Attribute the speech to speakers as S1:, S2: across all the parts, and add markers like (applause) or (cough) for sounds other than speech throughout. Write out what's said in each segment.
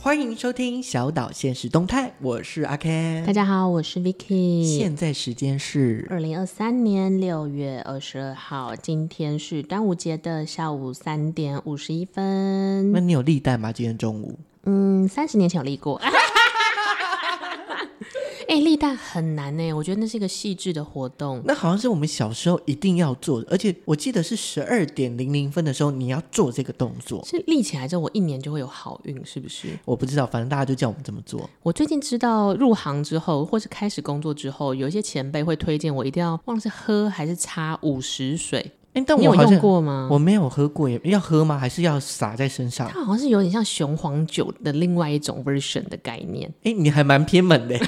S1: 欢迎收听小岛现实动态，我是阿 Ken
S2: 大。家好，我是 Vicky。
S1: 现在时间是
S2: 二零二三年六月二十二号，今天是端午节的下午三点五十一
S1: 那
S2: 分。
S1: 你有历代吗？今天中午
S2: 嗯，三十年前有立过。 (laughs) 哎、立蛋很难呢、欸我觉得那是一个细致的活动。
S1: 那好像是我们小时候一定要做的，而且我记得是十二点零零分的时候你要做这个动作。
S2: 是立起来之后，我一年就会有好运，是不是？
S1: 我不知道，反正大家就叫我们这么做。
S2: 我最近知道入行之后，或是开始工作之后，有一些前辈会推荐我一定要，忘了是喝还是擦午时水。
S1: 哎，但
S2: 你
S1: 我
S2: 有
S1: 好像
S2: 用过吗？
S1: 我没有喝过耶，要喝吗？还是要洒在身
S2: (laughs)
S1: 上？
S2: 它好像是有点像雄黄酒的另外一种 version 的概念，
S1: 哎，你还蛮偏门的耶，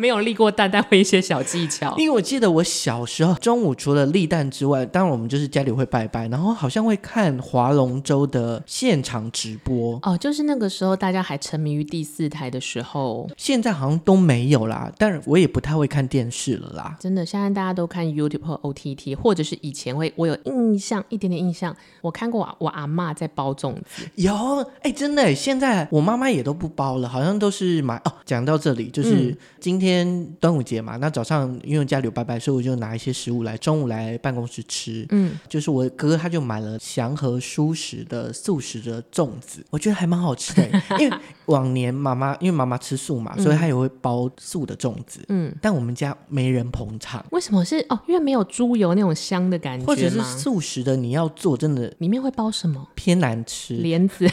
S2: 没有立过蛋，但会一些小技巧。
S1: 因为我记得我小时候中午除了立蛋之外，当然我们就是家里会拜拜，然后好像会看划龙舟的现场直播。
S2: 哦，就是那个时候大家还沉迷于第四台的时候，
S1: 现在好像都没有啦，但是我也不太会看电视了啦。
S2: 真的，现在大家都看 YouTube 和 OTT，或者是以前会，我有印象一点点印象，我看过我我阿嬷在包粽子，
S1: 有，哎、真的耶，现在我妈妈也都不包了，好像都是买哦。讲到这里，就是今天端午节嘛，那早上因为家里有拜拜，所以我就拿一些食物来，中午来办公室吃。
S2: 嗯，
S1: 就是我哥他就买了祥和蔬食的素食的粽子， (laughs) 我觉得还蛮好吃的 (laughs) 耶，因为往年妈妈因为妈妈吃素嘛，所以她也会包素的粽子，
S2: 嗯，
S1: 但我们家没人捧场，
S2: 为什么是哦？因为没有猪油那种香的感觉吗？
S1: 或者是素食的你要做真的
S2: 里面会包什么？
S1: 偏难吃，
S2: 莲子。 (laughs)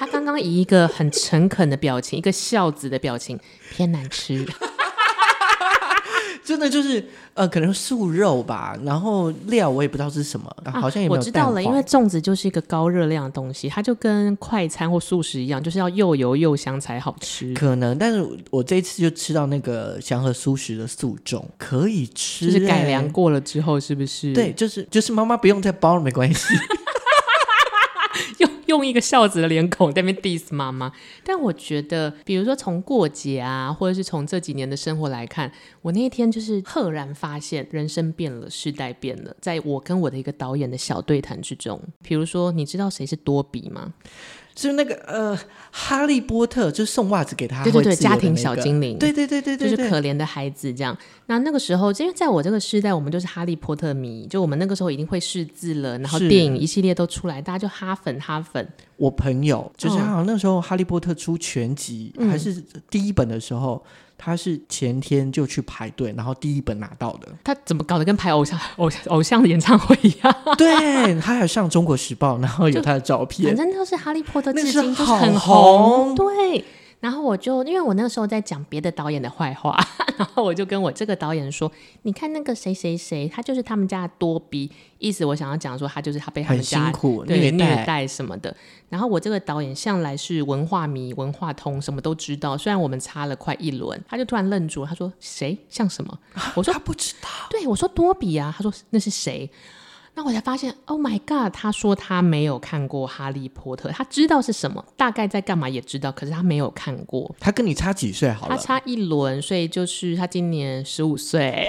S2: 他刚刚以一个很诚恳的表情，一个孝子的表情，偏难吃。
S1: 真的就是呃，可能素肉吧，然后料我也不知道是什么，啊好像也没
S2: 我
S1: 有
S2: 知
S1: 蛋
S2: 道
S1: 黄。
S2: 了，因为粽子就是一个高热量的东西，它就跟快餐或素食一样，就是要又油又香才好吃，
S1: 可能，但是我我这一次就吃到那个祥和素食的素粽，可以吃、
S2: 就是改良
S1: 欸
S2: 过了之后，是不是？
S1: 对，，就是就是妈妈不用再包了，没关
S2: (laughs)
S1: 系。
S2: 用用一个孝子的脸孔在那边 diss 妈妈。但我觉得，比如说从过节啊，或者是从这几年的生活来看，我那一天就是赫然发现，人生变了，世代变了。在我跟我的一个导演的小对谈之中，比如说，你知道谁是多比吗？
S1: 就是那个呃，哈利波特就是送袜子给他、
S2: 对对对，
S1: 会自由
S2: 家
S1: 的
S2: 庭
S1: 那
S2: 小
S1: 个，
S2: 精灵。
S1: 对对对对
S2: 就
S1: 对
S2: 是
S1: 对，
S2: 可怜的孩子这样。那那个时候，因为在我这个时代，我们就是哈利波特迷，就我们那个时候已经会识字了，然后
S1: 是
S2: 电影一系列都出来，大家就哈粉哈粉。
S1: 我朋友就是他
S2: 嗯
S1: 好像那时候哈利波特出全集、还是第一本的时候，他是前天就去排队，然后第一本拿到的。
S2: 他怎么搞得跟排偶像偶像偶像的演唱会一样？ (laughs)
S1: 对，他还上《中国时报》，然后有他的照
S2: 反
S1: 片。
S2: 正就是哈利波特
S1: 那
S2: 至
S1: 个
S2: 今
S1: 是
S2: 就是
S1: 好
S2: 很
S1: 红
S2: 对。然后我就因为我那个时候在讲别的导演的坏话， (laughs) 然后我就跟我这个导演说：“你看那个谁谁谁，他就是他们家的多比。”意思我想要讲说他就是他被他
S1: 很
S2: 们家
S1: 辛苦，
S2: 对
S1: 虐
S2: 虐
S1: 待。
S2: 待什么的。然后我这个导演向来是文化迷、文化通，什么都知道。虽然我们擦了快一轮，他就突然愣住了，他说：“谁像什么？” (laughs) 我说
S1: 他不知道，：“
S2: 对，我说多比啊。”他说：“那是谁？”那我才发现，Oh my god！他说他没有看过《哈利波特》，他知道是什么，大概在干嘛也知道，可是他没有看过。
S1: 他跟你差几岁好
S2: 他
S1: 了？
S2: 差一轮，所以就是他今年十五 (laughs) 岁。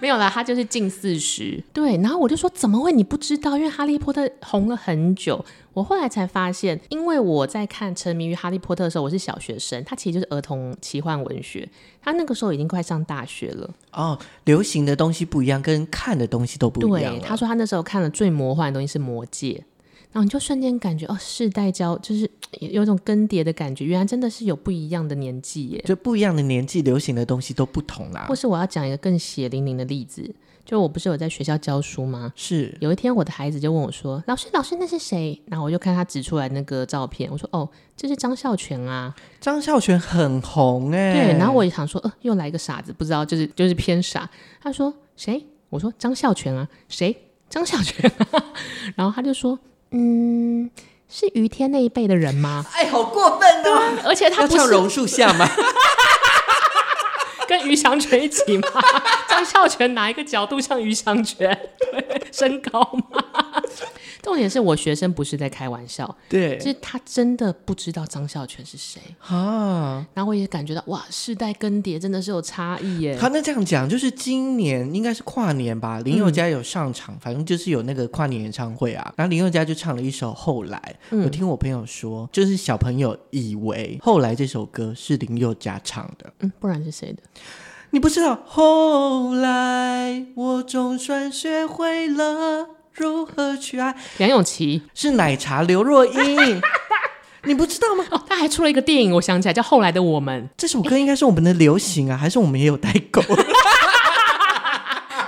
S2: 没有啦，他就是近四十。对，然后我就说怎么会你不知道？因为《哈利波特》红了很久。我后来才发现，因为我在看沉迷于《哈利波特》的时候，我是小学生，他其实就是儿童奇幻文学。他那个时候已经快上大学了。
S1: 哦，流行的东西不一样，跟看的东西都不一样
S2: 对，
S1: 了
S2: 他说他那时候看了最魔幻的东西是《魔戒》，然后你就瞬间感觉哦，世代交就是有有一种更迭的感觉，原来真的是有不一样的年纪耶。
S1: 就不一样的年纪，流行的东西都不同啦
S2: 或。是我要讲一个更血淋淋的例子，就我不是有在学校教书吗？
S1: 是
S2: 有一天，我的孩子就问我说：“老师，老师，那是谁？”然后我就看他指出来那个照片，我说：“哦，这是张孝全啊。
S1: 张孝全很红哎、
S2: 对，然后我也想说，呃，又来一个傻子，不知道就是就是偏傻。他说：“谁？”我说：“张孝全啊，谁？张孝全、啊。”然后他就说：“嗯，是于天那一辈的人吗
S1: 哎，好过分哦！？”
S2: 而且啊他
S1: 要
S2: 不
S1: 唱
S2: 是
S1: 榕树下
S2: (laughs)
S1: 吗？
S2: 跟于祥全一起吗？张孝全哪一个角度像于祥全？对身高吗？ (laughs) 重点是我学生不是在开玩笑，
S1: 对
S2: 就是他真的不知道张孝全是谁，
S1: 啊，
S2: 然后我也感觉到哇，世代更迭真的是有差异耶。
S1: 他那这样讲，就是今年应该是跨年吧，林宥嘉有上场，反正就是有那个跨年演唱会啊。然后林宥嘉就唱了一首《后来》，我听我朋友说，就是小朋友以为《后来》这首歌是林宥嘉唱的，
S2: 嗯，不然是谁的？
S1: 你不知道。后来我总算学会了如何去爱，
S2: 梁咏琪
S1: 是奶茶刘若英，你不知道吗？
S2: 哦，他还出了一个电影，我想起来叫《后来的我们
S1: 这首歌应该是我们的流行啊，还是我们也有代啊沟？》。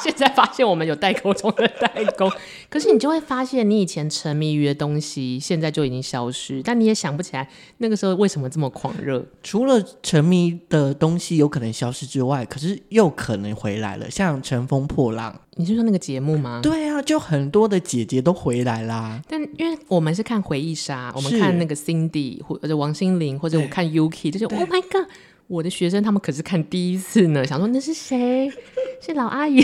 S2: 现在发现我们有代沟中的代沟，可是你就会发现，你以前沉迷于的东西，现在就已经消失，但你也想不起来那个时候为什么这么狂热。
S1: 除了沉迷的东西有可能消失之外，可是又可能回来了，像《乘风破浪》
S2: 你是说那个节目吗？
S1: 对啊，就很多的姐姐都回来啦。
S2: 但因为我们是看回忆杀，我们
S1: 是
S2: 看那个 Cindy 或者王心凌，或者我看 Yuki，就是 Oh my God，我的学生他们可是看第一次呢，想说那是 (laughs) 谁？是老阿姨，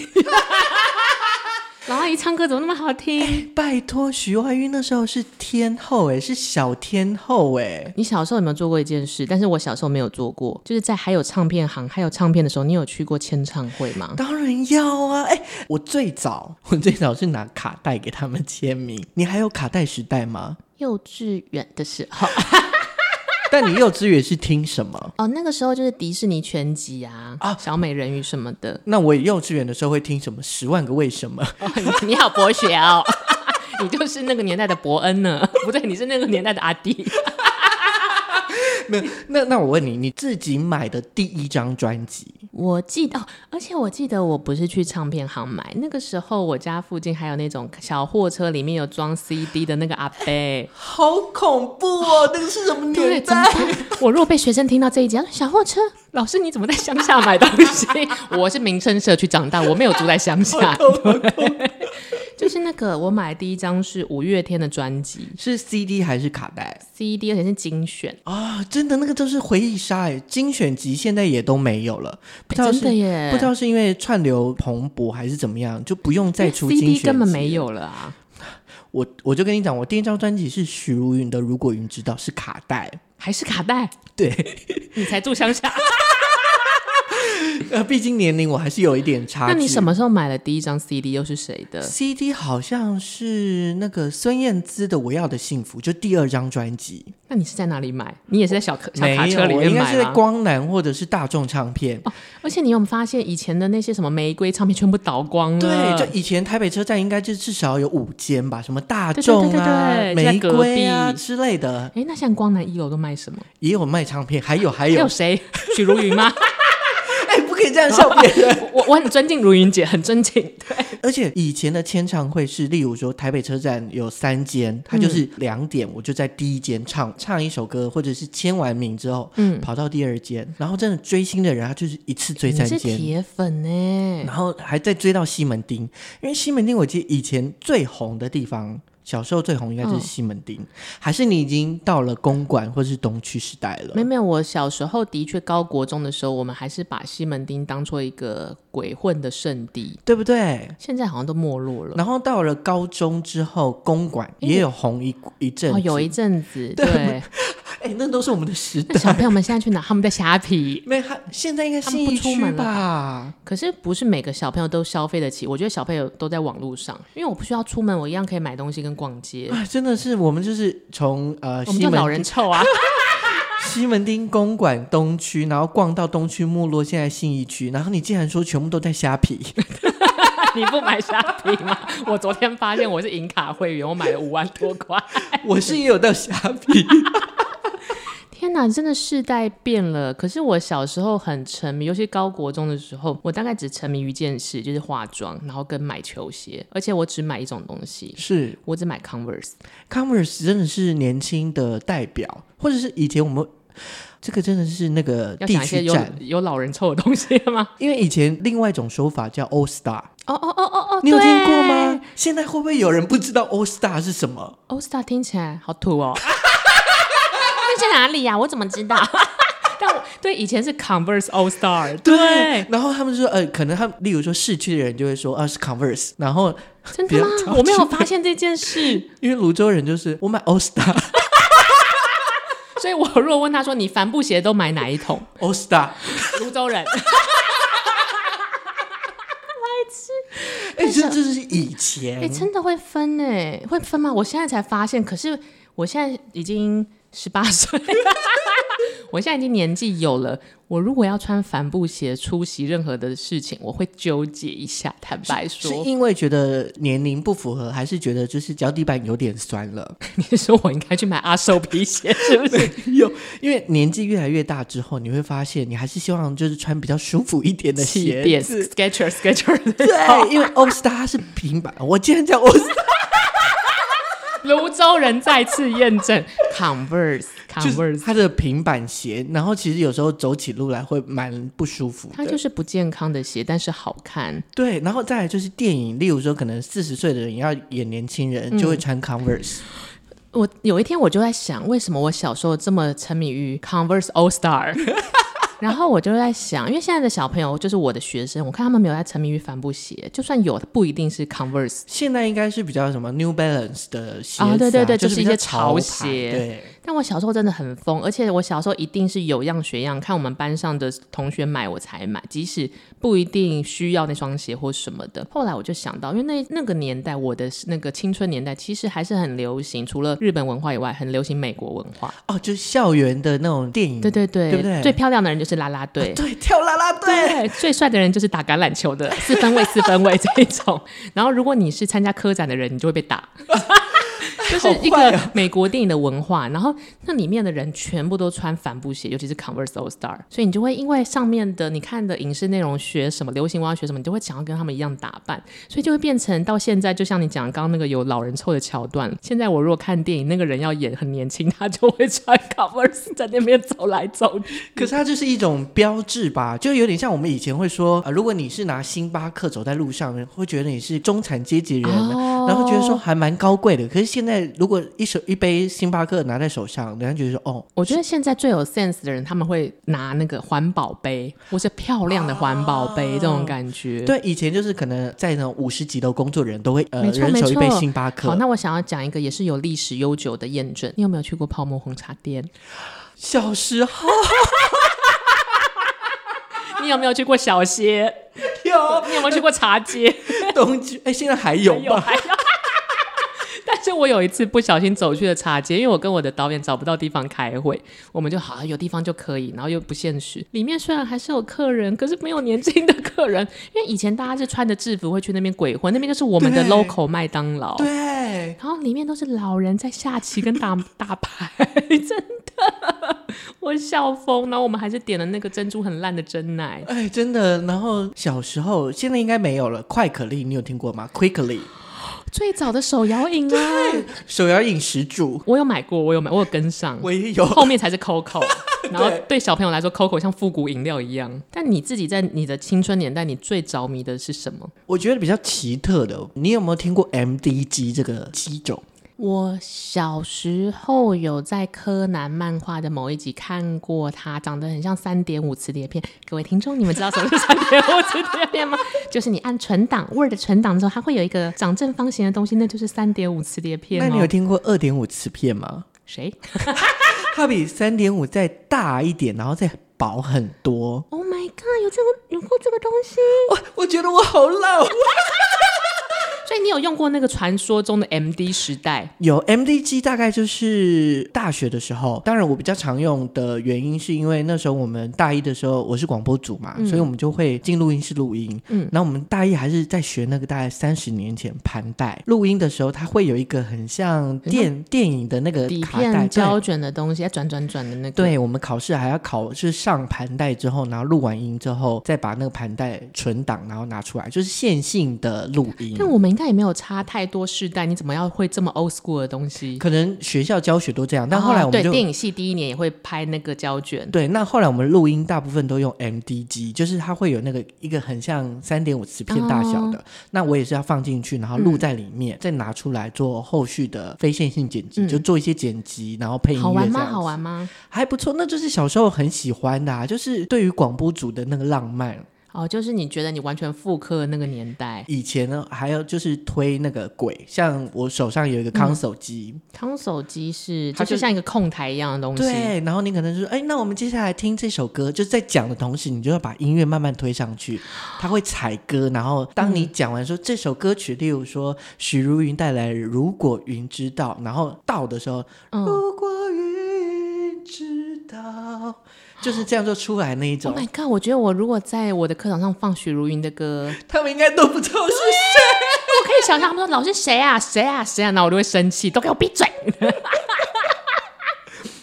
S2: (laughs) 老阿姨唱歌怎么那么好听？
S1: 拜托，徐怀钰那时候是天后哎、是小天后哎、
S2: 你小时候有没有做过一件事？但是我小时候没有做过，就是在还有唱片行、还有唱片的时候，你有去过签唱会吗？
S1: 当然要啊！哎、我最早， (laughs) 我最早是拿卡带给他们签名。你还有卡带时代吗？
S2: 幼稚园的时候， (laughs)
S1: 但你幼稚园是听什么？ (laughs)
S2: 哦，那个时候就是迪士尼全集啊，
S1: 啊
S2: 小美人鱼什么的。
S1: 那我幼稚园的时候会听什么？《十万个为什么》 (laughs)
S2: 哦， (laughs) 你你好博学哦，你就是那个年代的伯恩呢？ (laughs) 不对，你是那个年代的阿弟。
S1: 没有？那那我问你，你自己买的第一张专辑
S2: 我记得、哦，而且我记得我不是去唱片行买，那个时候我家附近还有那种小货车，里面有装 CD 的那个 (laughs) 阿伯。
S1: 好恐怖哦！那个是什么
S2: 对，怎么办？我如果被学生听到这一集，他说小货车老师你怎么在乡下买东西？ (laughs) 我是民生社区长大，我没有住在乡 (laughs) 下。对就是那个我买的第一张是五月天的专辑
S1: 是 CD 还是卡带
S2: CD，而且是精选，
S1: 啊？真的，那个都是回忆杀哎，精选集现在也都没有了，不知道
S2: 哎真
S1: 是、
S2: 的耶，
S1: 不知道是因为串流蓬勃还是怎么样，就不用再出精选
S2: CD
S1: 集
S2: 哦根本
S1: 了。
S2: 没有了啊。
S1: 我我就跟你讲，我第一张专辑是许茹芸的《如果云知道》，是卡带。
S2: 还是卡带，
S1: 对， (laughs)
S2: 你才住乡下。
S1: 呃，毕竟年龄我还是有一点差距。
S2: 那你什么时候买的第一张 CD 又是谁的？
S1: CD 好像是那个孙燕姿的《我要的幸福》，就第二张专辑。
S2: 那你是在哪里买？你也是在小客小
S1: 没
S2: 卡
S1: 有，
S2: 车里
S1: 我
S2: 面
S1: 应该
S2: 买嗯
S1: 是在
S2: 吗？
S1: 光南或者是大众唱片。
S2: 而且你有没有发现以前的那些什么玫瑰唱片全部倒光了？
S1: 对，就以前台北车站应该就至少有五间吧，什么大众啊、
S2: 对对对对对
S1: 玫
S2: 就在隔
S1: 瑰啊
S2: 壁
S1: 之类的，
S2: 哎，那像光南一楼都卖什么？
S1: 也有卖唱片，还有还
S2: 还有
S1: 有，
S2: 谁？许茹芸
S1: (laughs)
S2: 吗？
S1: 哎、不可以这样笑别人。 (laughs)
S2: 我我我很尊敬如芸姐，很尊敬。
S1: 而且以前的签唱会是，例如说台北车站有三间，它就是两点我就在第一间唱、唱一首歌，或者是签完名之后，嗯，跑到第二间，然后真的追星的人他就是一次追
S2: 你
S1: 三
S2: 是
S1: 间。
S2: 铁粉呢
S1: 然？后还再追到西门町，因为西门町我记得以前最红的地方，小时候最红应该
S2: 嗯
S1: 就是西门町，还是你已经到了公馆或是东区时代了
S2: 没？有没有，我小时候的确高国中的时候，我们还是把西门町当做一个鬼混的圣地，
S1: 对不对？
S2: 现在好像都没落了。
S1: 然后到了高中之后，公馆也有红一一阵
S2: 哦，
S1: 子，
S2: 有一阵子，
S1: (laughs) 对
S2: 对，
S1: 哎，那都是我们的时代
S2: 那。小朋友们现在去哪？他们在虾皮，
S1: 没，他现在应该
S2: 他们
S1: 信
S2: 不
S1: 义
S2: 出
S1: 区
S2: 门了
S1: 吧？
S2: 可是不是每个小朋友都消费得起。我觉得小朋友都在网络上，因为我不需要出门，我一样可以买东西跟逛街。
S1: 哎，真的是我们就是从呃
S2: 我们
S1: 西
S2: 就老
S1: 门
S2: 人臭啊！ (laughs)
S1: 西门町公馆东区，然后逛到东区没落，现在信义区，然后你竟然说全部都在虾皮，
S2: 你不买虾皮吗？我昨天发现我是银卡会员，我买了五万多块。
S1: 我是也有到虾
S2: (laughs)
S1: 皮，
S2: 天哪，真的世代变了。可是我小时候很沉迷，尤其高国中的时候，我大概只沉迷于一件事，就是化妆，然后跟买球鞋，而且我只买一种东西，
S1: 是
S2: 我只买 Converse。
S1: Converse 真的是年轻的代表，或者是以前我们这个真的是那个
S2: 要
S1: 地
S2: 讲一些
S1: 区
S2: 有
S1: 战，
S2: 有老人臭的东西了吗？
S1: 因为以前另外一种说法叫 All Star，
S2: 哦哦哦哦哦，
S1: 你有听过
S2: 对
S1: 吗？现在会不会有人不知道 All Star 是什么？
S2: 欧 star (laughs) 听起来好土哦，那在哪里呀、我怎么知道？但我对，以前是 Converse All Star，
S1: 对
S2: 对，，
S1: 然后他们就说，呃，可能他们，例如说市区的人就会说，啊，是 Converse，然后 (laughs)
S2: 真的
S1: 比较
S2: 吗
S1: 早？
S2: 我没有发现这件事， (laughs)
S1: 因为泸州人就是我买 All Star (laughs)
S2: 所以我如果问他说你帆布鞋都买哪一桶， (laughs)
S1: All Star，
S2: 泸州人，
S1: 哎，
S2: 但是
S1: 这这是以
S2: 哎、
S1: 前，
S2: 真的会分哎、会分吗？我现在才发现，可是我现在已经十八岁 (laughs) 了，我现在已经年纪有了。我如果要穿帆布鞋出席任何的事情，我会纠结一下。坦白
S1: 是
S2: 说，
S1: 因为觉得年龄不符合，还是觉得就是脚底板有点酸了？
S2: 你 (laughs) 说我应该去买阿寿皮鞋，是不是？
S1: 有，因为年纪越来越大之后，你会发现你还是希望就是穿比较舒服一点的鞋
S2: 点
S1: 子。
S2: Sketcher Sketcher，
S1: 对，因为 All Star 它是平板，我竟然讲 All Star，
S2: (laughs) 泸州人再次验证 Converse
S1: 就是
S2: Converse，
S1: 它的平板鞋，然后其实有时候走起路来会蛮不舒服
S2: 它
S1: 的。
S2: 就是不健康的鞋，但是好看。
S1: 对，然后再来就是电影，例如说可能四十岁的人要演年轻人，
S2: 嗯
S1: 就会穿 Converse。
S2: 我有一天我就在想，为什么我小时候这么沉迷于 Converse All Star？然后我就在想，因为现在的小朋友就是我的学生，我看他们没有在沉迷于帆布鞋，就算有，不一定是 Converse。
S1: 现在应该是比较什么 New Balance 的鞋子、
S2: 啊对对对
S1: 就
S2: 就是
S1: 比
S2: 一
S1: 较
S2: 些
S1: 潮牌
S2: 潮鞋
S1: 对，
S2: 但我小时候真的很疯，而且我小时候一定是有样学样，看我们班上的同学买我才买，即使不一定需要那双鞋或什么的。后来我就想到，因为那那个年代，我的那个青春年代，其实还是很流行，除了日本文化以外，很流行美国文化。
S1: 哦，就是校园的那种电影，
S2: 对对对，
S1: 嗯对不对啊
S2: 最漂亮的人就是啦啦队。
S1: 对，跳啦啦队。
S2: 对，最帅的人就是打橄榄球的四分卫、四分卫这一种。然后，如果你是参加科展的人，你就会被打。 (laughs) 就是一
S1: 好坏啊
S2: 个美国电影的文化，然后那里面的人全部都穿帆布鞋，尤其是 Converse All Star，所以你就会因为上面的你看的影视内容学什么，流行文化学什么，你就会想要跟他们一样打扮，所以就会变成到现在，就像你讲刚刚那个有老人臭的桥段，现在我如果看电影，那个人要演很年轻，他就会穿 Converse 在那边走来走去。
S1: 可是它就是一种标志吧，就有点像我们以前会说，呃、如果你是拿星巴克走在路上，会觉得你是中产阶级人，
S2: 哦
S1: 然后觉得说还蛮高贵的。可是现在如果一手一杯星巴克拿在手上，人家觉得说哦，
S2: 我觉得现在最有 sense 的人，他们会拿那个环保杯，或是漂亮的环保杯、这种感觉。，
S1: 对，以前就是可能在那种五十级的工作人都会呃
S2: 没错
S1: 人手一杯
S2: 没错
S1: 星巴克
S2: 好，，那我想要讲一个也是有历史悠久的验证。你有没有去过泡沫红茶店？
S1: 小时候 (laughs)
S2: 你有没有去过小歇？
S1: 有
S2: 你有没有去过茶街？
S1: 东区，哎，现在还有
S2: 有
S1: 吗？
S2: 还有。 (laughs) 但是我有一次不小心走去了茶街，因为我跟我的导演找不到地方开会，我们就好有地方就可以，然后又不现实。里面虽然还是有客人，可是没有年轻的客人，因为以前大家是穿着制服会去那边鬼混，那边就是我们的
S1: 对
S2: local 麦当劳。
S1: 对，
S2: 然后里面都是老人在下棋跟打打牌，真的，我笑疯。然后我们还是点了那个珍珠很烂的真奶，
S1: 哎，真的。然后小时候，现在应该没有了。快可丽，你有听过吗？Quickly，
S2: 最早的手摇饮啊，
S1: 手摇饮始祖，
S2: 我有买过，我有买，我有跟上。
S1: 我也有。
S2: 后面才是 (laughs) Coco。然后
S1: 对
S2: 对小朋友来说，Coco 像复古饮料一样。但你自己在你的青春年代，你最着迷的是什么？
S1: 我觉得比较奇特的，你有没有听过 MDG 这个机种？
S2: 我小时候有在柯南漫画的某一集看过它，长得很像三点五磁碟片。各位听众，你们知道什么是三点五磁碟片 (laughs) 吗？就是你按存档 Word 存档之后，它会有一个长正方形的东西，那就是三点五磁碟片、哦。
S1: 那你有听过二点五磁片吗？
S2: 谁
S1: 它比三点五再大一点，然后再薄很多。
S2: ？Oh my god！有这个有过这个东西？
S1: 我我觉得我好哦老。
S2: 所以你有用过那个传说中的 MD 时代？
S1: 有 MDG 大概就是大学的时候，当然我比较常用的原因是因为那时候我们大一的时候我是广播组嘛，所以我们就会进录音室录音。嗯，然后我们大一还是在学那个大概三十年前盘带录音的时候，它会有一个很像电电影的那个
S2: 底
S1: 卡带
S2: 片
S1: 对
S2: 胶卷的东西，要转转转的那个。，
S1: 对我们考试还要考是上盘带之后，然后录完音之后，再把那个盘带存档，然后拿出来，就是线性的录音。
S2: 但我们应该也没有差太多世代，你怎么要会这么 old school 的东西？
S1: 可能学校教学都这样，但后来我
S2: 哦对
S1: 们就、
S2: 电影系第一年也会拍那个胶卷，
S1: 对，那后来我们录音大部分都用 MD 机，就是它会有那个一个很像三点五磁片大小
S2: 哦
S1: 的，那我也是要放进去，然后录在里面，再拿出来做后续的非线性剪辑，
S2: 嗯
S1: 就做一些剪辑，然后配音乐
S2: 好玩
S1: 这
S2: 吗？
S1: 样
S2: 好
S1: 子
S2: 玩吗？
S1: 还不错，那就是小时候很喜欢的、啊，就是对于广播组的那个浪漫。啊
S2: 哦，就是你觉得你完全复刻那个年代
S1: 以前呢，还有就是推那个轨，像我手上有一个 console 机，
S2: ，console 机是
S1: 它
S2: 就是
S1: 就
S2: 像一个控台一样的东西，
S1: 对，然后你可能就说，哎，那我们接下来听这首歌，就是在讲的同时，你就要把音乐慢慢推上去，它会踩歌，然后当你讲完说、这首歌曲，例如说许茹芸带来《如果云知道》，然后到的时候，
S2: 嗯。
S1: 如果云知道，就是这样就出来那一种
S2: Oh，my Oh god！我觉得我如果在我的课堂上放许茹芸的歌，
S1: 他们应该都不知道是谁。
S2: 我可以想象他们说老师谁啊谁啊谁啊，那我就会生气，都给我闭
S1: (laughs)
S2: 嘴。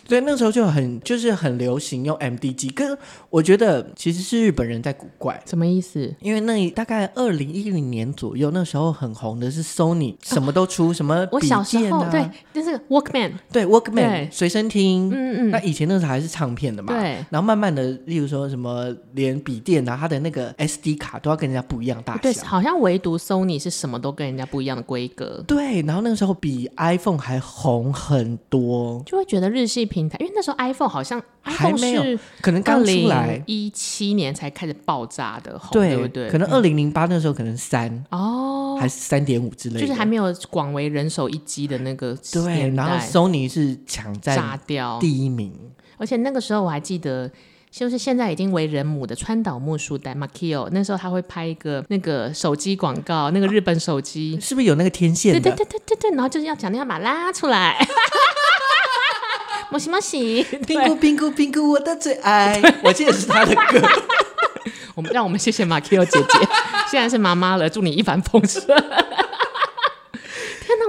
S1: 对，那时候就很就是很流行用 MDG，跟我觉得其实是日本人在古怪。
S2: 什么意思？
S1: 因为那大概二零一零年左右，那时候很红的是 Sony，什么都出，什么
S2: 哦我
S1: 笔
S2: 小时
S1: 电
S2: 候、
S1: 啊，
S2: 对，就是 Walkman，
S1: 对 Walkman
S2: 对
S1: 随身听，
S2: 嗯
S1: 那
S2: 嗯，
S1: 以前那时候还是唱片的嘛，
S2: 对。
S1: 然后慢慢的，例如说什么连笔电啊，它的那个 SD 卡都要跟人家不一样大
S2: 对，
S1: 小，
S2: 好像唯独 Sony 是什么都跟人家不一样的规格，
S1: 对，然后那个时候比 iPhone 还红很多，
S2: 就会觉得日系平台，因为那时候 iPhone 好像
S1: 还
S2: iPhone
S1: 没有
S2: 是
S1: 可能
S2: 二
S1: 刚出
S2: 零
S1: 来，
S2: 一七年才开始爆炸的红，对
S1: 对，
S2: 不对？
S1: 可能二零零八那时候可能三、
S2: 哦，
S1: 还是三点五之类的，
S2: 就是还没有广为人手一机的那个
S1: 对，
S2: 年
S1: 然后
S2: 代
S1: Sony 是抢
S2: 炸哦
S1: 在
S2: 掉，
S1: 第一名。
S2: 而且那个时候我还记得，就是现在已经为人母的川岛木树代 Makio，那时候他会拍一个那个手机广告，那个日本手机，
S1: 是不是有那个天线
S2: 对
S1: 的？
S2: 对对对对对，然后就是要讲你要把它拉出来，莫西莫西，
S1: 冰姑冰姑冰姑，我的最爱。我记得是他的歌，
S2: (laughs) 我们让我们谢谢马 Q 姐姐，现在是妈妈了，祝你一帆风顺。天哪，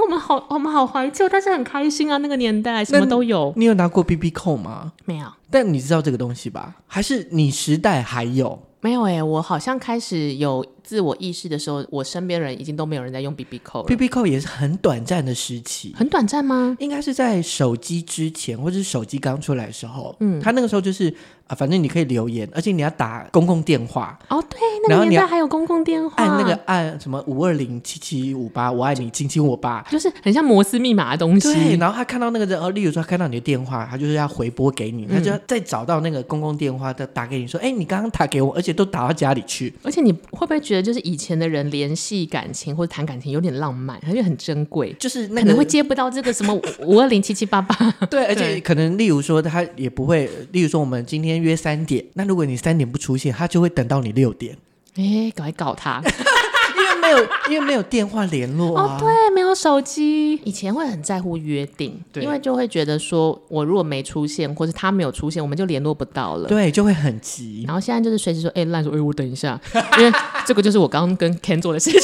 S2: 我们好，我们好怀旧，但是很开心啊！那个年代什么都有，
S1: 你有拿过 BB 扣吗？
S2: 没有
S1: 但你知道这个东西吧？还是你时代还有？
S2: 没有哎、我好像开始有自我意识的时候，我身边人已经都没有人在用 BB 扣了
S1: BB 扣也是很短暂的时期，
S2: 很短暂吗？
S1: 应该是在手机之前，或者是手机刚出来的时候。嗯，
S2: 嗯
S1: 他那个时候就是啊、反正你可以留言，而且你要打公共电话，
S2: 哦，对，
S1: 然
S2: 那
S1: 后
S2: 个
S1: 你
S2: 年
S1: 要
S2: 代还有公共电话，
S1: 按那个按什么五二零七七五八，我爱你亲亲我吧。
S2: 就是很像摩斯密码的东
S1: 对，
S2: 西。
S1: 然后他看到那个人，哦，例如说他看到你的电话，他就是要回拨给你，他就
S2: 嗯
S1: 要再找到那个公共电话的打给你说，哎、你刚刚打给我，而且都打到家里去。
S2: 而且你会不会觉得，就是以前的人联系感情或者谈感情有点浪漫，而且很珍贵，
S1: 就是那
S2: 可能会
S1: 个
S2: 接不到这个
S1: (laughs)
S2: 什么五二零七七八八。
S1: 对，而且可能例如说他也不会，例如说我们今天约三点，那如果你三点不出现，他就会等到你六点，
S2: 哎、赶快搞 (laughs) 他！
S1: 因为没有因为没有电话联络啊。
S2: 哦，对，没有手机。以前会很在乎约定，
S1: 对
S2: 因为就会觉得说，我如果没出现，或是他没有出现，我们就联络不到了。
S1: 对就会很急。
S2: 然后现在就是随时说，哎、烂说，哎、我等一
S1: (laughs)
S2: 下，因为这个就是我刚刚跟 Ken 做的事情，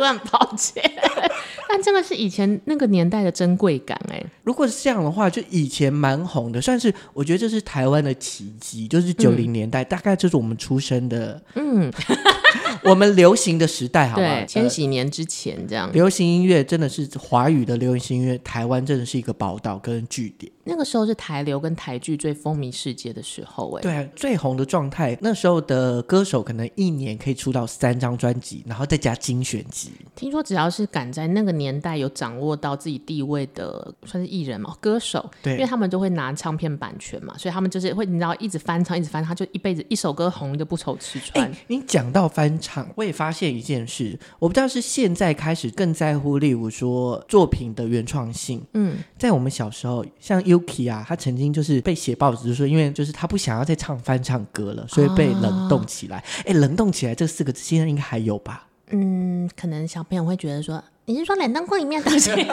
S2: 我很抱
S1: (laughs)
S2: 歉。但这个是以前那个年代的珍贵感、哎，
S1: 如果是这样的话，就以前蛮红的，算是我觉得这是台湾的奇迹，就是九零年代，大概就是我们出生的，
S2: 嗯，
S1: (laughs) 我们流行的时代，好吧？
S2: 对
S1: 呃，
S2: 千禧年之前这样，
S1: 流行音乐真的是华语的流行音乐，台湾真的是一个宝岛跟据点。
S2: 那个时候是台流跟台剧最风靡世界的时候、哎，
S1: 对啊，最红的状态，那时候的歌手可能一年可以出到三张专辑，然后再加精选集。
S2: 听说只要是敢在那个年代有掌握到自己地位的，算是艺人嘛，歌手，因为
S1: 对
S2: 他们都会拿唱片版权嘛，所以他们就是会，你知道，一直翻唱，一直翻唱，他就一辈子一首歌红就不愁吃穿。
S1: 哎你讲到翻唱，我也发现一件事，我不知道是现在开始更在乎，例如说作品的原创性。
S2: 嗯，
S1: 在我们小时候，像 Yuki 啊，他曾经就是被写报纸，就说因为就是他不想要再唱翻唱歌了，所以被冷冻起
S2: 啊
S1: 来。哎、冷冻起来这四个字现在应该还有吧？
S2: 嗯，可能小朋友会觉得说，你是说冷冻库里面的东西？ (laughs)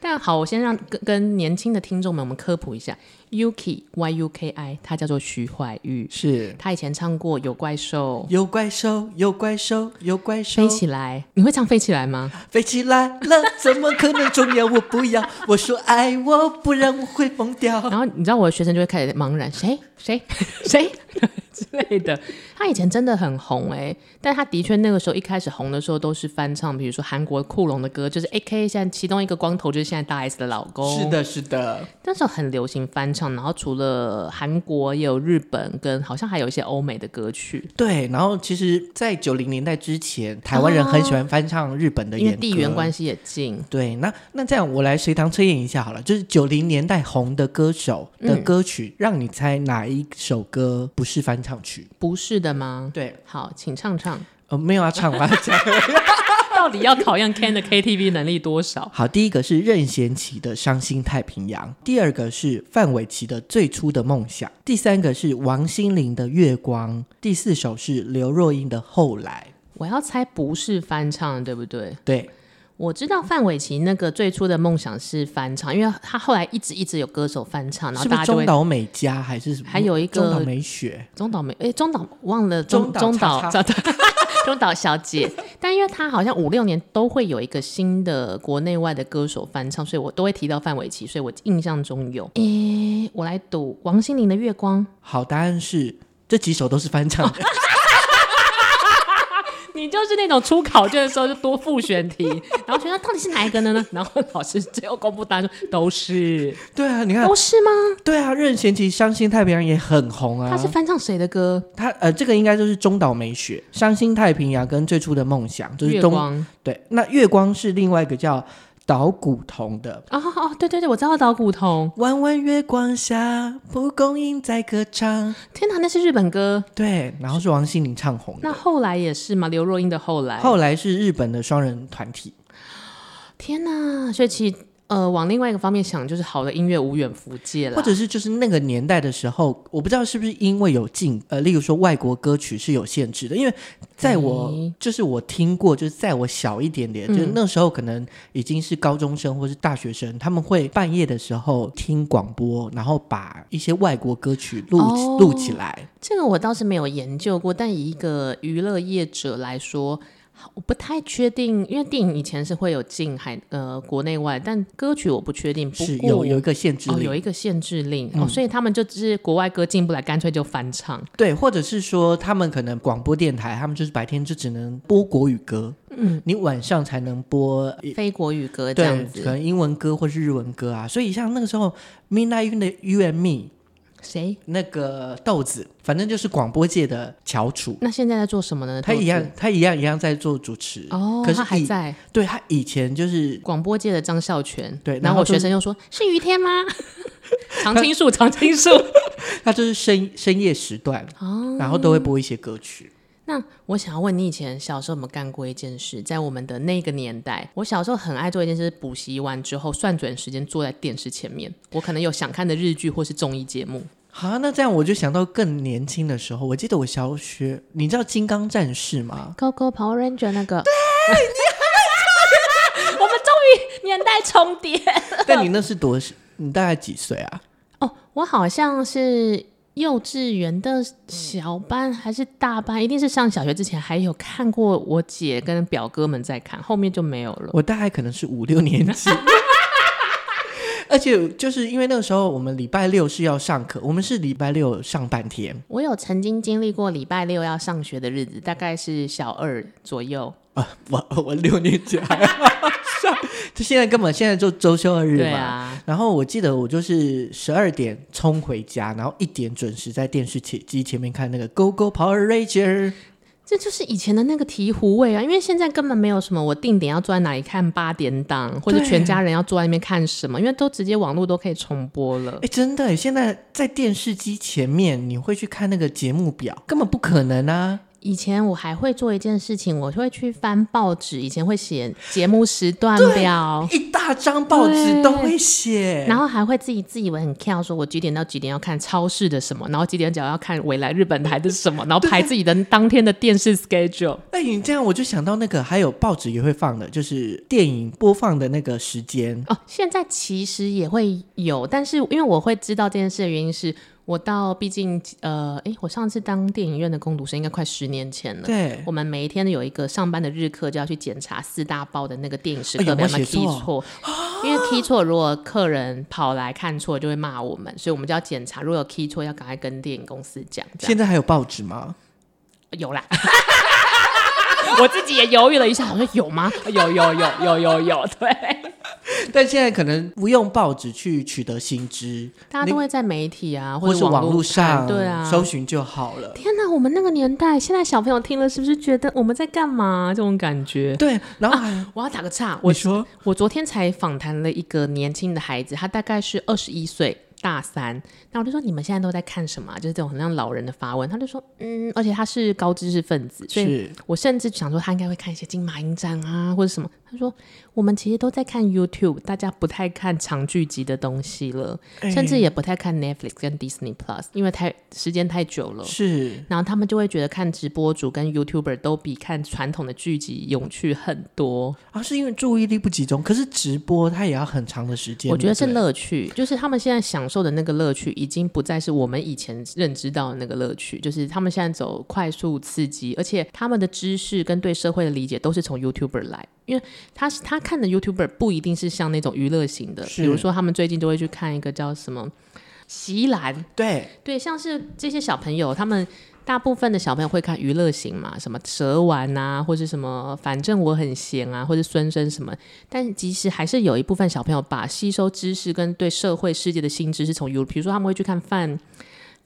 S2: 但好，我先让跟跟年轻的听众们我们科普一下，Yuki Y U K I，他叫做徐怀钰，
S1: 是
S2: 他以前唱过《有怪兽》。
S1: 有怪兽，有怪兽，有怪兽，
S2: 飞起来，你会唱飞起
S1: (laughs)
S2: 来吗？
S1: 飞起来了，怎么可能重要？我不要，我说爱我，不然我会疯掉。
S2: (laughs) 然后你知道我的学生就会开始茫然，谁谁 (laughs) 谁之类的。他以前真的很红哎、但他的确那个时候一开始红的时候都是翻唱，比如说韩国酷龙的歌，就是 A K 现在其中一个光头就是现在大 S 的老公，
S1: 是，的，是的，
S2: 那时候很流行翻唱，然后除了韩国也有日本跟好像还有一些欧美的歌曲，
S1: 对。然后其实，在九零年代之前，台湾人很喜欢翻唱日本的
S2: 哦因为
S1: 演
S2: 地缘
S1: 系。
S2: 关系也近，
S1: 对，那那这样我来随堂测验一下好了，就是九零年代红的歌手的
S2: 嗯
S1: 歌曲，让你猜哪一首歌不是翻唱曲？
S2: 不是的吗？
S1: 对，
S2: 好，请唱唱， (laughs)
S1: 呃，没有要唱 (laughs) 完讲。
S2: 到底要考验 Ken 的 KTV 能力多少？
S1: 好，第一个是任贤齐的《伤心太平洋》，第二个是范玮琪的《最初的梦想》，第三个是王心凌的《月光》，第四首是刘若英的《后来
S2: 我要猜不是翻唱，对不对》。？
S1: 对，
S2: 我知道范玮琪那个最初的梦想是翻唱，因为他后来一直一直有歌手翻唱，然
S1: 是
S2: 后
S1: 不
S2: 大
S1: 是
S2: 家就会
S1: 中岛美嘉还是什么？
S2: 还有一个
S1: 中岛美雪，
S2: 中岛没哎中岛忘了中
S1: 中
S2: 中
S1: 岛叉
S2: 岛 (laughs) 中岛小姐，但因为她好像五六年都会有一个新的国内外的歌手翻唱，所以我都会提到范玮琪，所以我印象中有。诶、我来赌王心凌的《月光》，
S1: 好，答案是这几首都是翻唱
S2: 哦
S1: 的。
S2: (laughs) 你就是那种出考卷的时候就多复选题， (laughs) 然后学生到底是哪一个呢呢？然后老师最后公布答案说都是，
S1: (laughs) 对啊，
S2: (laughs)
S1: 你看
S2: 都是吗？
S1: 对啊，任贤齐《伤心太平洋》也很红啊。
S2: 他是翻唱谁的歌？
S1: 他呃，这个应该就是中岛美雪《伤心太平洋》跟最初的梦想，就是
S2: 月
S1: 东
S2: 光
S1: 对。那月光是另外一个叫岛谷瞳的。
S2: 啊、哦哦，对对对，我知道岛骨头。
S1: 弯弯月光下，蒲公英在歌唱。
S2: 天哪，那是日本歌。
S1: 对，然后是王心凌唱红
S2: 那
S1: 的。
S2: 后来也是吗？刘若英的后来。
S1: 后来是日本的双人团体。
S2: 天哪，所以其实呃，往另外一个方面想，就是好的音乐无远弗届了。
S1: 或者是就是那个年代的时候，我不知道是不是因为有禁呃，例如说外国歌曲是有限制的，因为在我、
S2: 诶
S1: 就是我听过，就是在我小一点点，
S2: 哎嗯
S1: 就是那时候可能已经是高中生或是大学生，他们会半夜的时候听广播，然后把一些外国歌曲录、
S2: 哦
S1: 录起来。
S2: 这个我倒是没有研究过，但以一个娱乐业者来说。我不太确定，因为电影以前是会有进海呃国内外，但歌曲我不确定。不
S1: 是
S2: 过
S1: 有有一个限制
S2: 哦
S1: 令，嗯
S2: 有一个限制令、哦，所以他们就只是国外歌进不来，干脆就翻唱。
S1: 对，或者是说他们可能广播电台，他们就是白天就只能播国语歌，嗯，你晚上才能播
S2: 非国语歌这
S1: 对，
S2: 样
S1: 可
S2: 子。
S1: 能英文歌或是日文歌啊。所以像那个时候，Midnight in the You and Me
S2: 谁？
S1: 那个豆子，反正就是广播界的翘楚，
S2: 那现在在做什么呢？
S1: 他
S2: 豆子
S1: 一样，他一样一样在做主持。
S2: 哦，
S1: 可是
S2: 他还
S1: 以
S2: 在
S1: 对他以前就是
S2: 广播界的张孝全。
S1: 对然
S2: 然
S1: 后
S2: 后我
S1: 就
S2: 学生又说：“是于天吗？” (laughs) 常青树，常
S1: (laughs)
S2: 青树。
S1: 他就是深深夜时段，
S2: 哦
S1: 然后都会播一些歌曲。
S2: 那我想要问你，以前小时候有没有干过一件事？在我们的那个年代，我小时候很爱做一件事：补习完之后算准时间坐在电视前面，我可能有想看的日剧或是综艺节目。
S1: 好、那这样我就想到更年轻的时候，我记得我小学，你知道《金刚战士》
S2: (laughs)
S1: 吗？
S2: Coco Power Ranger 那个，对， (laughs) 我们终于年代重叠。
S1: 但你那是多，你大概几岁啊？
S2: 哦，我好像是幼稚园的小班还是大班，一定是上小学之前还有看过我姐跟表哥们在看，后面就没有了。
S1: 我大概可能是五六年级。 (laughs) 而且就是因为那个时候我们礼拜六是要上课，我们是礼拜六上半天
S2: 我有曾经经历过礼拜六要上学的日子，大概是小二左右。
S1: 啊，我我六年级还要上，就现在根本现在就周休二日
S2: 对
S1: 嘛。
S2: 啊，
S1: 然后我记得我就是十二点冲回家，然后一点准时在电视前机前面看那个《Go Go Power Ranger》。
S2: 这就是以前的那个醍醐味啊！因为现在根本没有什么我定点要坐在哪里看八点档，或者
S1: 对
S2: 全家人要坐在那边看什么，因为都直接网络都可以重播了。
S1: 哎，真的耶，现在在电视机前面你会去看那个节目表，根本不可能啊！
S2: 以前我还会做一件事情，我会去翻报纸，以前会写节目时段表。
S1: 一大张报纸
S2: 对
S1: 都会写，
S2: 然后还会自己自以为很跳，说我几点到几点要看超市的什么，然后几点整要看未来日本台的什么，然后排自己的当天的电视 schedule。
S1: 哎，你这样我就想到那个，还有报纸也会放的，就是电影播放的那个时间。
S2: 哦，现在其实也会有，但是因为我会知道这件事的原因是。我到毕竟呃，诶，我上次当电影院的工读生应该快十年前了。
S1: 对，
S2: 我们每一天都有一个上班的日课，就要去检查四大报的那个电影时
S1: 哎有
S2: 刻，
S1: 没有
S2: 不要把它
S1: 写
S2: key (gasps) 错。因为 key 错，如果客人跑来看错，就会骂我们，所以我们就要检查。如果有 key 错，要赶快跟电影公司讲。这样
S1: 现在还有报纸吗？
S2: 有啦。 (laughs) 我自己也犹豫了一下，我说有吗？ (laughs) 有有有有有有，对，
S1: 但现在可能不用报纸去取得新知，
S2: 大家都会在媒体啊，
S1: 或
S2: 者
S1: 是网
S2: 络
S1: 络
S2: 看
S1: 上
S2: 对啊，
S1: 搜寻就好了。
S2: 天哪，我们那个年代，现在小朋友听了是不是觉得我们在干嘛？这种感觉。
S1: 对，然后还、
S2: 我要打个岔，
S1: 你
S2: 我
S1: 说
S2: 我昨天才访谈了一个年轻的孩子，他大概是二十一岁，大三。那我就说你们现在都在看什么啊、就是这种很像老人的发问。他就说嗯，而且他是高知识分子，所以
S1: 是
S2: 我甚至想说他应该会看一些金马影展啊或者什么。他说我们其实都在看 YouTube，大家不太看长剧集的东西了，
S1: 哎
S2: 甚至也不太看 Netflix 跟 Disney Plus，因为太时间太久了。
S1: 是
S2: 然后他们就会觉得看直播主跟 YouTuber 都比看传统的剧集有趣很多。
S1: 啊，是因为注意力不集中。可是直播它也要很长的时间，
S2: 我觉得是
S1: 对不对
S2: 乐趣，就是他们现在享受的那个乐趣，已经不再是我们以前认知到的那个乐趣。就是他们现在走快速刺激，而且他们的知识跟对社会的理解都是从 YouTuber 来，因为他是他看的 YouTuber 不一定是像那种娱乐型的，
S1: 是
S2: 比如说他们最近就会去看一个叫什么席兰，
S1: 对
S2: 对，像是这些小朋友，他们大部分的小朋友会看娱乐型嘛，什么蛇丸啊，或是什么反正我很闲啊，或是孙生什么。但其实还是有一部分小朋友把吸收知识跟对社会世界的新知是从 U，比如说他们会去看范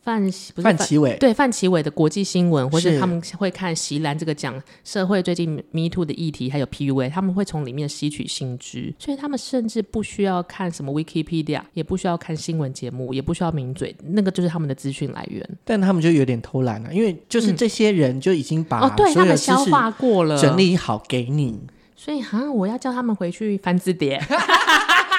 S2: 范不是
S1: 范奇伟
S2: 对范奇伟的国际新闻，或
S1: 是
S2: 是他们会看席兰这个讲社会最近 Me Too 的议题，还有 PUA，他们会从里面吸取新知，所以他们甚至不需要看什么 Wikipedia，也不需要看新闻节目，也不需要名嘴，那个就是他们的资讯来源。
S1: 但他们就有点偷懒了、因为就是这些人就已经把
S2: 嗯哦，对
S1: 所
S2: 他
S1: 有
S2: 们
S1: 的知
S2: 消
S1: 识
S2: 化过了，
S1: 整。理好给你，
S2: 所以哈，我要叫他们回去翻
S1: (laughs)
S2: 字典。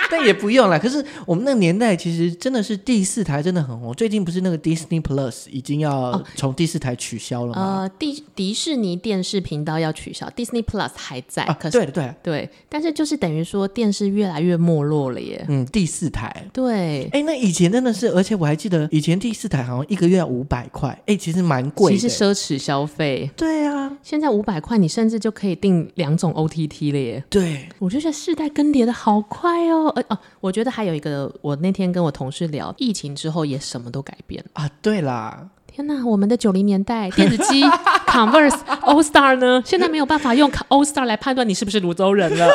S1: 但也不用啦。可是我们那个年代其实真的是第四台真的很红，最近不是那个 Disney Plus 已经要
S2: 哦
S1: 从第四台取消了吗？
S2: 呃，迪迪士尼电视频道要取消，Disney Plus 还在，
S1: 啊，
S2: 哎可是
S1: 对对对，
S2: 对，但是就是等于说电视越来越没落了耶。
S1: 嗯，第四台。
S2: 对，
S1: 哎，那以前真的是，而且我还记得以前第四台好像一个月要五百块，哎，其实蛮贵
S2: 其
S1: 的。
S2: 实奢侈消费。
S1: 对啊，
S2: 现在五百块，你甚至就可以订两种 OTT 了耶！
S1: 对，
S2: 我就觉得世代更迭的好快哦。呃哦，我觉得还有一个，我那天跟我同事聊，疫情之后也什么都改变了。
S1: 啊，对啦，
S2: 天哪，我们的九零年代电子机、Converse、All Star 呢，现在没有办法用 All Star 来判断你是不是泸州人了。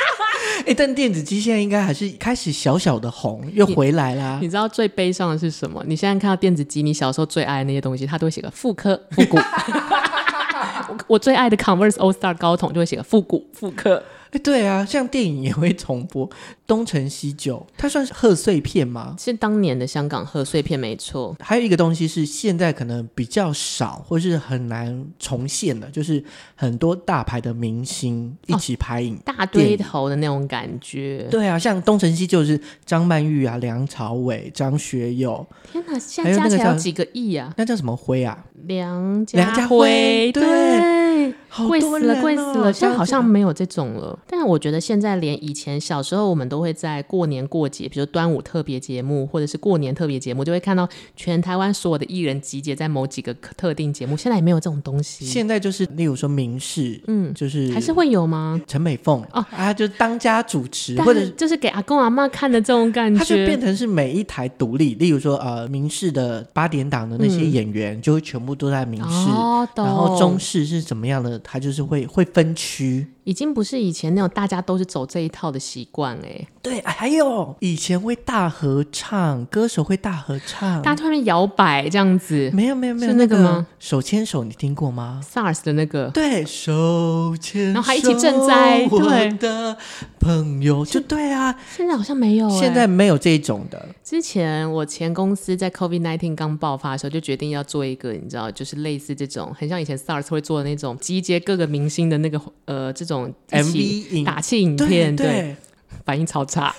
S2: (laughs)
S1: 哎，但电子机现在应该还是开始小小的红，又回来啦
S2: 你。知道最悲伤的是什么？你现在看到电子机，你小时候最爱的那些东西，它都会写个复刻复古。 (laughs) 我我最爱的 Converse All Star 高筒就会写个复古复刻。
S1: 哎，对啊，像电影也会重播《东成西就》，它算是贺岁片吗？
S2: 是当年的香港贺岁片，没错。
S1: 还有一个东西是现在可能比较少，或是很难重现的，就是很多大牌的明星一
S2: 哦
S1: 起拍影。
S2: 大堆头的那种感觉。
S1: 对啊，像《东成西就》是张曼玉啊、梁朝伟、张学友，
S2: 天哪，现
S1: 还
S2: 在
S1: 有
S2: 加
S1: 那个
S2: 起来有
S1: 叫
S2: 几个亿啊？
S1: 那叫什么辉啊？
S2: 梁
S1: 梁家辉
S2: 辉，
S1: 对
S2: 对，
S1: 好
S2: 贵
S1: 多
S2: 死
S1: 人、
S2: 了，
S1: 哦、
S2: 贵死了。现在好像
S1: 这样子
S2: 没有这种了。但我觉得现在连以前小时候，我们都会在过年过节，比如端午特别节目，或者是过年特别节目，就会看到全台湾所有的艺人集结在某几个特定节目。现在也没有这种东西。
S1: 现在就是，例如说明视，
S2: 嗯，
S1: 就是
S2: 还是会有吗？
S1: 陈美凤
S2: 哦
S1: 啊，就当家主持，
S2: 但
S1: 或者是
S2: 就是给阿公阿妈看的这种感觉，
S1: 它就变成是每一台独立，例如说呃明视的八点档的那些
S2: 嗯
S1: 演员，就会全部都在明视。
S2: 哦，懂
S1: 然后中式是怎么样的？它就是会会分区。
S2: 已经不是以前那种大家都是走这一套的习惯哎，
S1: 对，哎还有以前会大合唱，歌手会大合唱。
S2: 大家突然摇摆这样子。
S1: 没有没有没有
S2: 是那个吗？
S1: 手牵手，你听过吗？
S2: SARS 的那个，
S1: 对，手牵手，
S2: 然后还一起赈灾
S1: 我
S2: 对
S1: 的朋友，就对啊。
S2: 现在好像没有、欸。
S1: 现在没有这种的，
S2: 之前我前公司在 COVID 1 9刚爆发的时候，就决定要做一个，你知道，就是类似这种，很像以前 SARS 会做的那种集结各个明星的那个呃这种一起
S1: MV 影
S2: 打气影
S1: 对
S2: 片，
S1: 对，
S2: (laughs) 反应超差，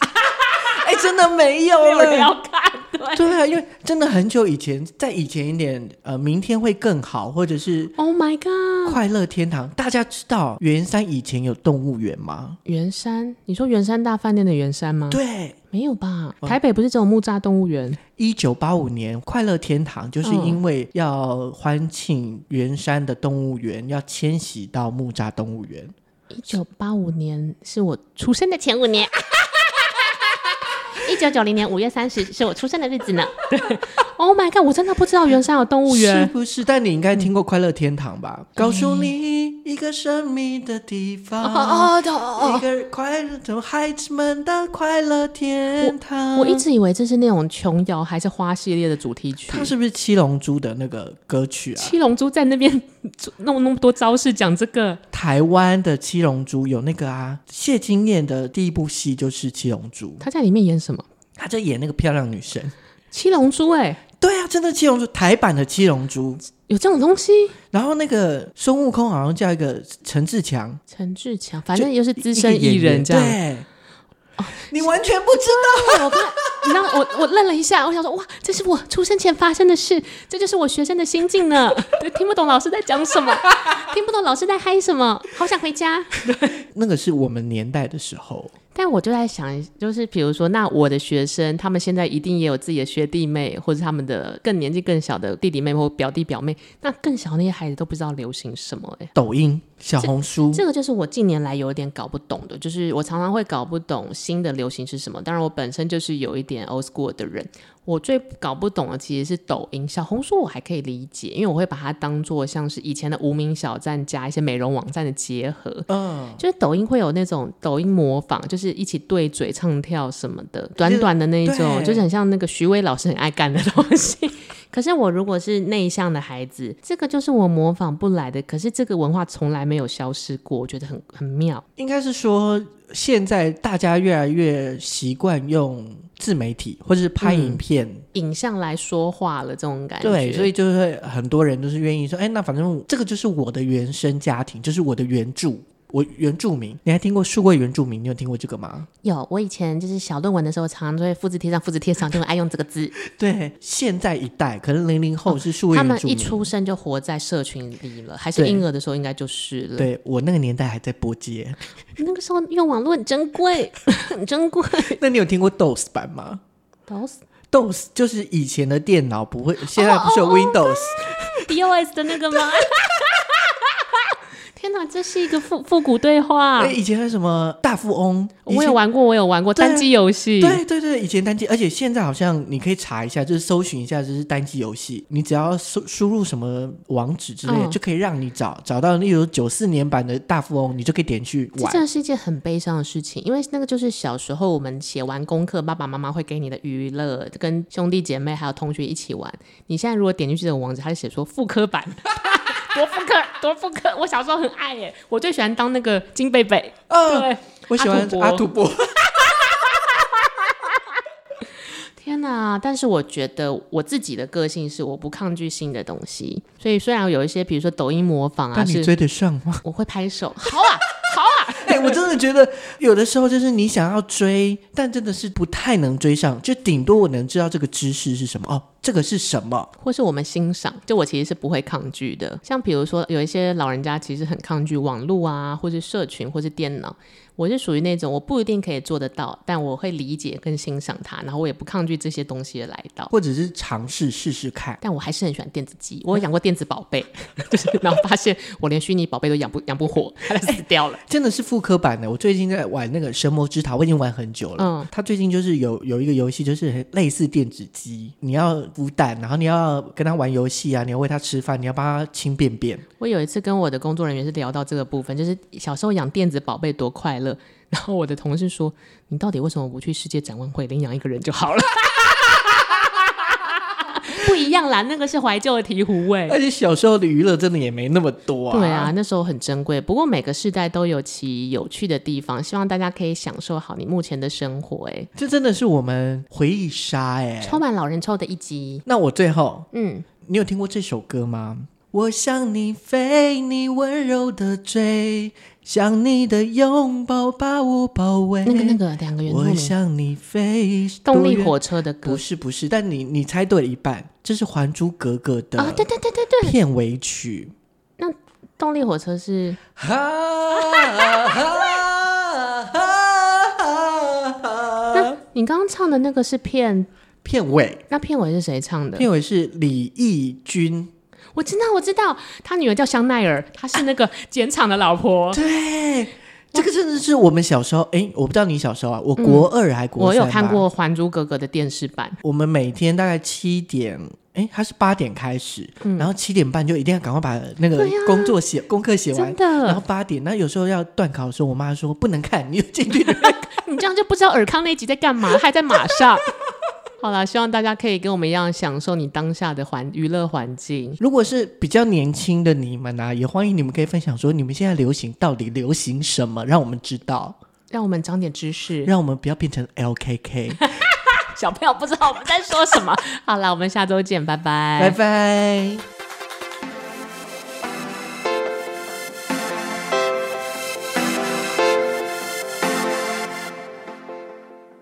S1: 哎，真的没有
S2: 没有人
S1: 了。
S2: 要看。对
S1: 对啊，因为真的很久以前，在以前一点，呃，明天会更好，或者是
S2: ，Oh my god！
S1: 快乐天堂。大家知道圆山以前有动物园吗？
S2: 圆山，你说圆山大饭店的圆山吗？
S1: 对，
S2: 没有吧？
S1: 哇
S2: 台北不是只有木栅动物园？
S1: 一九八五年快乐天堂就是
S2: 嗯
S1: 因为要欢庆圆山的动物园要迁徙到木栅动物园，
S2: 一九八五年是我出生的前五年。一九九零年五月三十是我出生的日子呢。Oh my god！我真的不知道圆山有动物
S1: 是
S2: 园。嗯
S1: 不是？但你应该听过快乐天堂吧？告诉你一个神秘的地
S2: 哦
S1: 方。
S2: 哦哦
S1: 一个快乐，怎么孩子们的快乐天堂？
S2: 哦！我一直以为这是那种琼瑶还是花系列的主题曲。
S1: 它是不是七龙珠的那个歌曲啊？
S2: 七龙珠在那边弄那么多招式讲这个，
S1: 台湾的七龙珠有那个啊，谢金燕的第一部戏就是七龙珠，
S2: 他在里面演什么？
S1: 她就演那个漂亮女神。
S2: 七龙珠哎、
S1: 对啊，真的七龙珠，台版的七龙珠。
S2: 有这种东西？
S1: 然后那个孙悟空好像叫一个陈志强，
S2: 陈志强，反正就是资
S1: 一
S2: 深
S1: 个演
S2: 艺
S1: 员
S2: 人这样。哦
S1: 对，你完全不知道，
S2: 我怕，你知道我我愣了一下，我想说哇，这是我出生前发生的事，这就是我学生的心境呢。对，听不懂老师在讲什么，听不懂老师在嗨什么，好想回家。
S1: 那个是我们年代的时候。
S2: 但我就在想，就是比如说，那我的学生，他们现在一定也有自己的学弟妹，或者他们的更年纪更小的弟弟妹或表弟表妹，那更小那些孩子都不知道流行什么、欸，
S1: 抖音、小红书，
S2: 这个就是我近年来有一点搞不懂的，就是我常常会搞不懂新的流行是什么。当然，我本身就是有一点 old school 的人，我最搞不懂的其实是抖音、小红书，我还可以理解，因为我会把它当做像是以前的无名小站加一些美容网站的结合。
S1: 嗯，
S2: 就是抖音会有那种抖音模仿，就是一起对嘴唱跳什么的，短短的那一种，
S1: 对
S2: 就是很像那个徐威老师很爱干的东西。 (laughs) 可是我如果是内向的孩子，这个就是我模仿不来的。可是这个文化从来没有消失过，我觉得很很妙。
S1: 应该是说现在大家越来越习惯用自媒体或者是拍影片，
S2: 影像来说话了，这种嗯感觉。
S1: 对，所
S2: 以
S1: 以就会很多人都是愿意说，哎，那反正这个就是我的原生家庭，就是我的原著。我原住民，你还听过数位原住民？你有听过这个吗？
S2: 有我以前就是小论文的时候，常常都会复制贴上，复制贴上，就很爱用这
S1: (laughs)
S2: 个字。
S1: 对，现在一代可能零零后是数位
S2: 他
S1: 原
S2: 们
S1: 住
S2: 一
S1: 民，
S2: 出生就活在社群里了，还是
S1: 对
S2: 婴儿的时候应该就是了。
S1: 对我那个年代还在播街。 (laughs)
S2: 那个时候用网络很珍贵，很珍贵。
S1: 那你有听过 DOS 版吗
S2: 都死
S1: ？DOS 就是以前的电脑不
S2: 哦
S1: 会，现在不是有 Windows，、
S2: DOS 的那个吗？ (laughs) 天哪，这是一个复复古对话
S1: 哎，。以前还有什么大富翁，以
S2: 啊我有
S1: 前
S2: 玩过，我有玩过
S1: 对啊
S2: 单机游戏。
S1: 对对对，以前单机，而且现在好像你可以查一下，就是搜寻一下，就是单机游戏，你只要输输入什么网址之类的，
S2: 嗯
S1: 就可以让你找找到，例如九四年版的大富翁，你就可以点去
S2: 这
S1: 玩。
S2: 真的是一件很悲伤的事情，因为那个就是小时候我们写完功课，爸爸妈妈会给你的娱乐，跟兄弟姐妹还有同学一起玩。你现在如果点进去这个网址，它就写说复刻版， (laughs) 多复刻，多复刻。我小时候很爱耶，我最喜欢当那个金贝贝，
S1: 嗯，
S2: 对，
S1: 我喜欢
S2: 阿土伯啊
S1: 阿土
S2: (laughs)
S1: 伯， (laughs)
S2: 天呐！但是我觉得我自己的个性是我不抗拒新的东西，所以虽然有一些，比如说抖音模仿啊，
S1: 但你
S2: 是
S1: 追得上吗？
S2: 我会拍手，好啊，好啊，
S1: (laughs) 哎、我真的觉得有的时候就是你想要追，但真的是不太能追上，就顶多我能知道这个知识是什么哦，这个是什么。
S2: 或是我们欣赏，就我其实是不会抗拒的。像比如说有一些老人家其实很抗拒网络啊，或是社群，或是电脑，我是属于那种我不一定可以做得到，但我会理解跟欣赏它，然后我也不抗拒这些东西的来到。
S1: 或者是尝试试试看。
S2: 但我还是很喜欢电子鸡，我有养过电子宝贝， (laughs) 就是然后发现我连虚拟宝贝都养不养不活，它就死掉了。
S1: 真的是复刻版的。我最近在玩那个《神魔之塔》，我已经玩很久了。
S2: 嗯
S1: 它最近就是有有一个游戏，就是类似电子鸡，你要孵蛋，然后你要跟它玩游戏啊，你要喂它吃饭，你要帮它清便便。
S2: 我有一次跟我的工作人员是聊到这个部分，就是小时候养电子宝贝多快乐。 (laughs) 然后我的同事说：“你到底为什么不去世界展望会领养一个人就好了？” (laughs) 不一样啦，那个是怀旧的醍醐味。
S1: 而且小时候的娱乐真的也没那么多啊。
S2: 对啊，，那时候很珍贵。不过每个世代都有其有趣的地方，希望大家可以享受好你目前的生活、欸。
S1: 这真的是我们回忆杀哎、
S2: 充满老人臭的一集。
S1: 那我最后，
S2: 嗯，
S1: 你有听过这首歌吗？我想你飞，你温柔的追，想你的拥抱把我包围。
S2: 那个那个两个原住
S1: 哎我
S2: 民
S1: 向你飞。
S2: 动
S1: 多
S2: 力
S1: 远
S2: 火车的歌
S1: 不是不是，但你你猜对了一半，这是《还珠格格》
S2: 啊、
S1: 的
S2: 对对对对对，
S1: 片尾曲。
S2: (laughs) 动力火车是
S1: 哈哈哈哈！
S2: 你刚刚唱的那个是片，
S1: 片尾，
S2: 那片尾是谁唱的？
S1: 片尾是李翊君，
S2: 我知道我知道，他女儿叫香奈儿，她是那个剪厂的老
S1: (laughs)
S2: 婆。
S1: 对，这个真的是我们小时候，哎、我不知道你小时候啊，我国二还国
S2: 嗯我
S1: 三、
S2: 有看。过《还珠格格》的电视版，
S1: 我们每天大概七点，哎、它是八点开始，然后七点半就一定要赶快把那个
S2: 嗯对呀
S1: 工作写、功课写完
S2: 真，
S1: 然后
S2: 的，
S1: 八点。那有时候要断考的时候，我妈说不能看，你有进
S2: (laughs)
S1: 去。
S2: 你这样就不知道尔康那集在干嘛，还在马上。 (laughs) 好啦，希望大家可以跟我们一样享受你当下的环娱乐环境。
S1: 如果是比较年轻的你们啊，也欢迎你们可以分享说你们现在流行到底流行什么，让我们知道，
S2: 让我们长点知识，
S1: 让我们不要变成
S2: (laughs)
S1: LKK。
S2: 小朋友不知道我们在说什么。好啦，我们下周见，拜拜，
S1: 拜拜。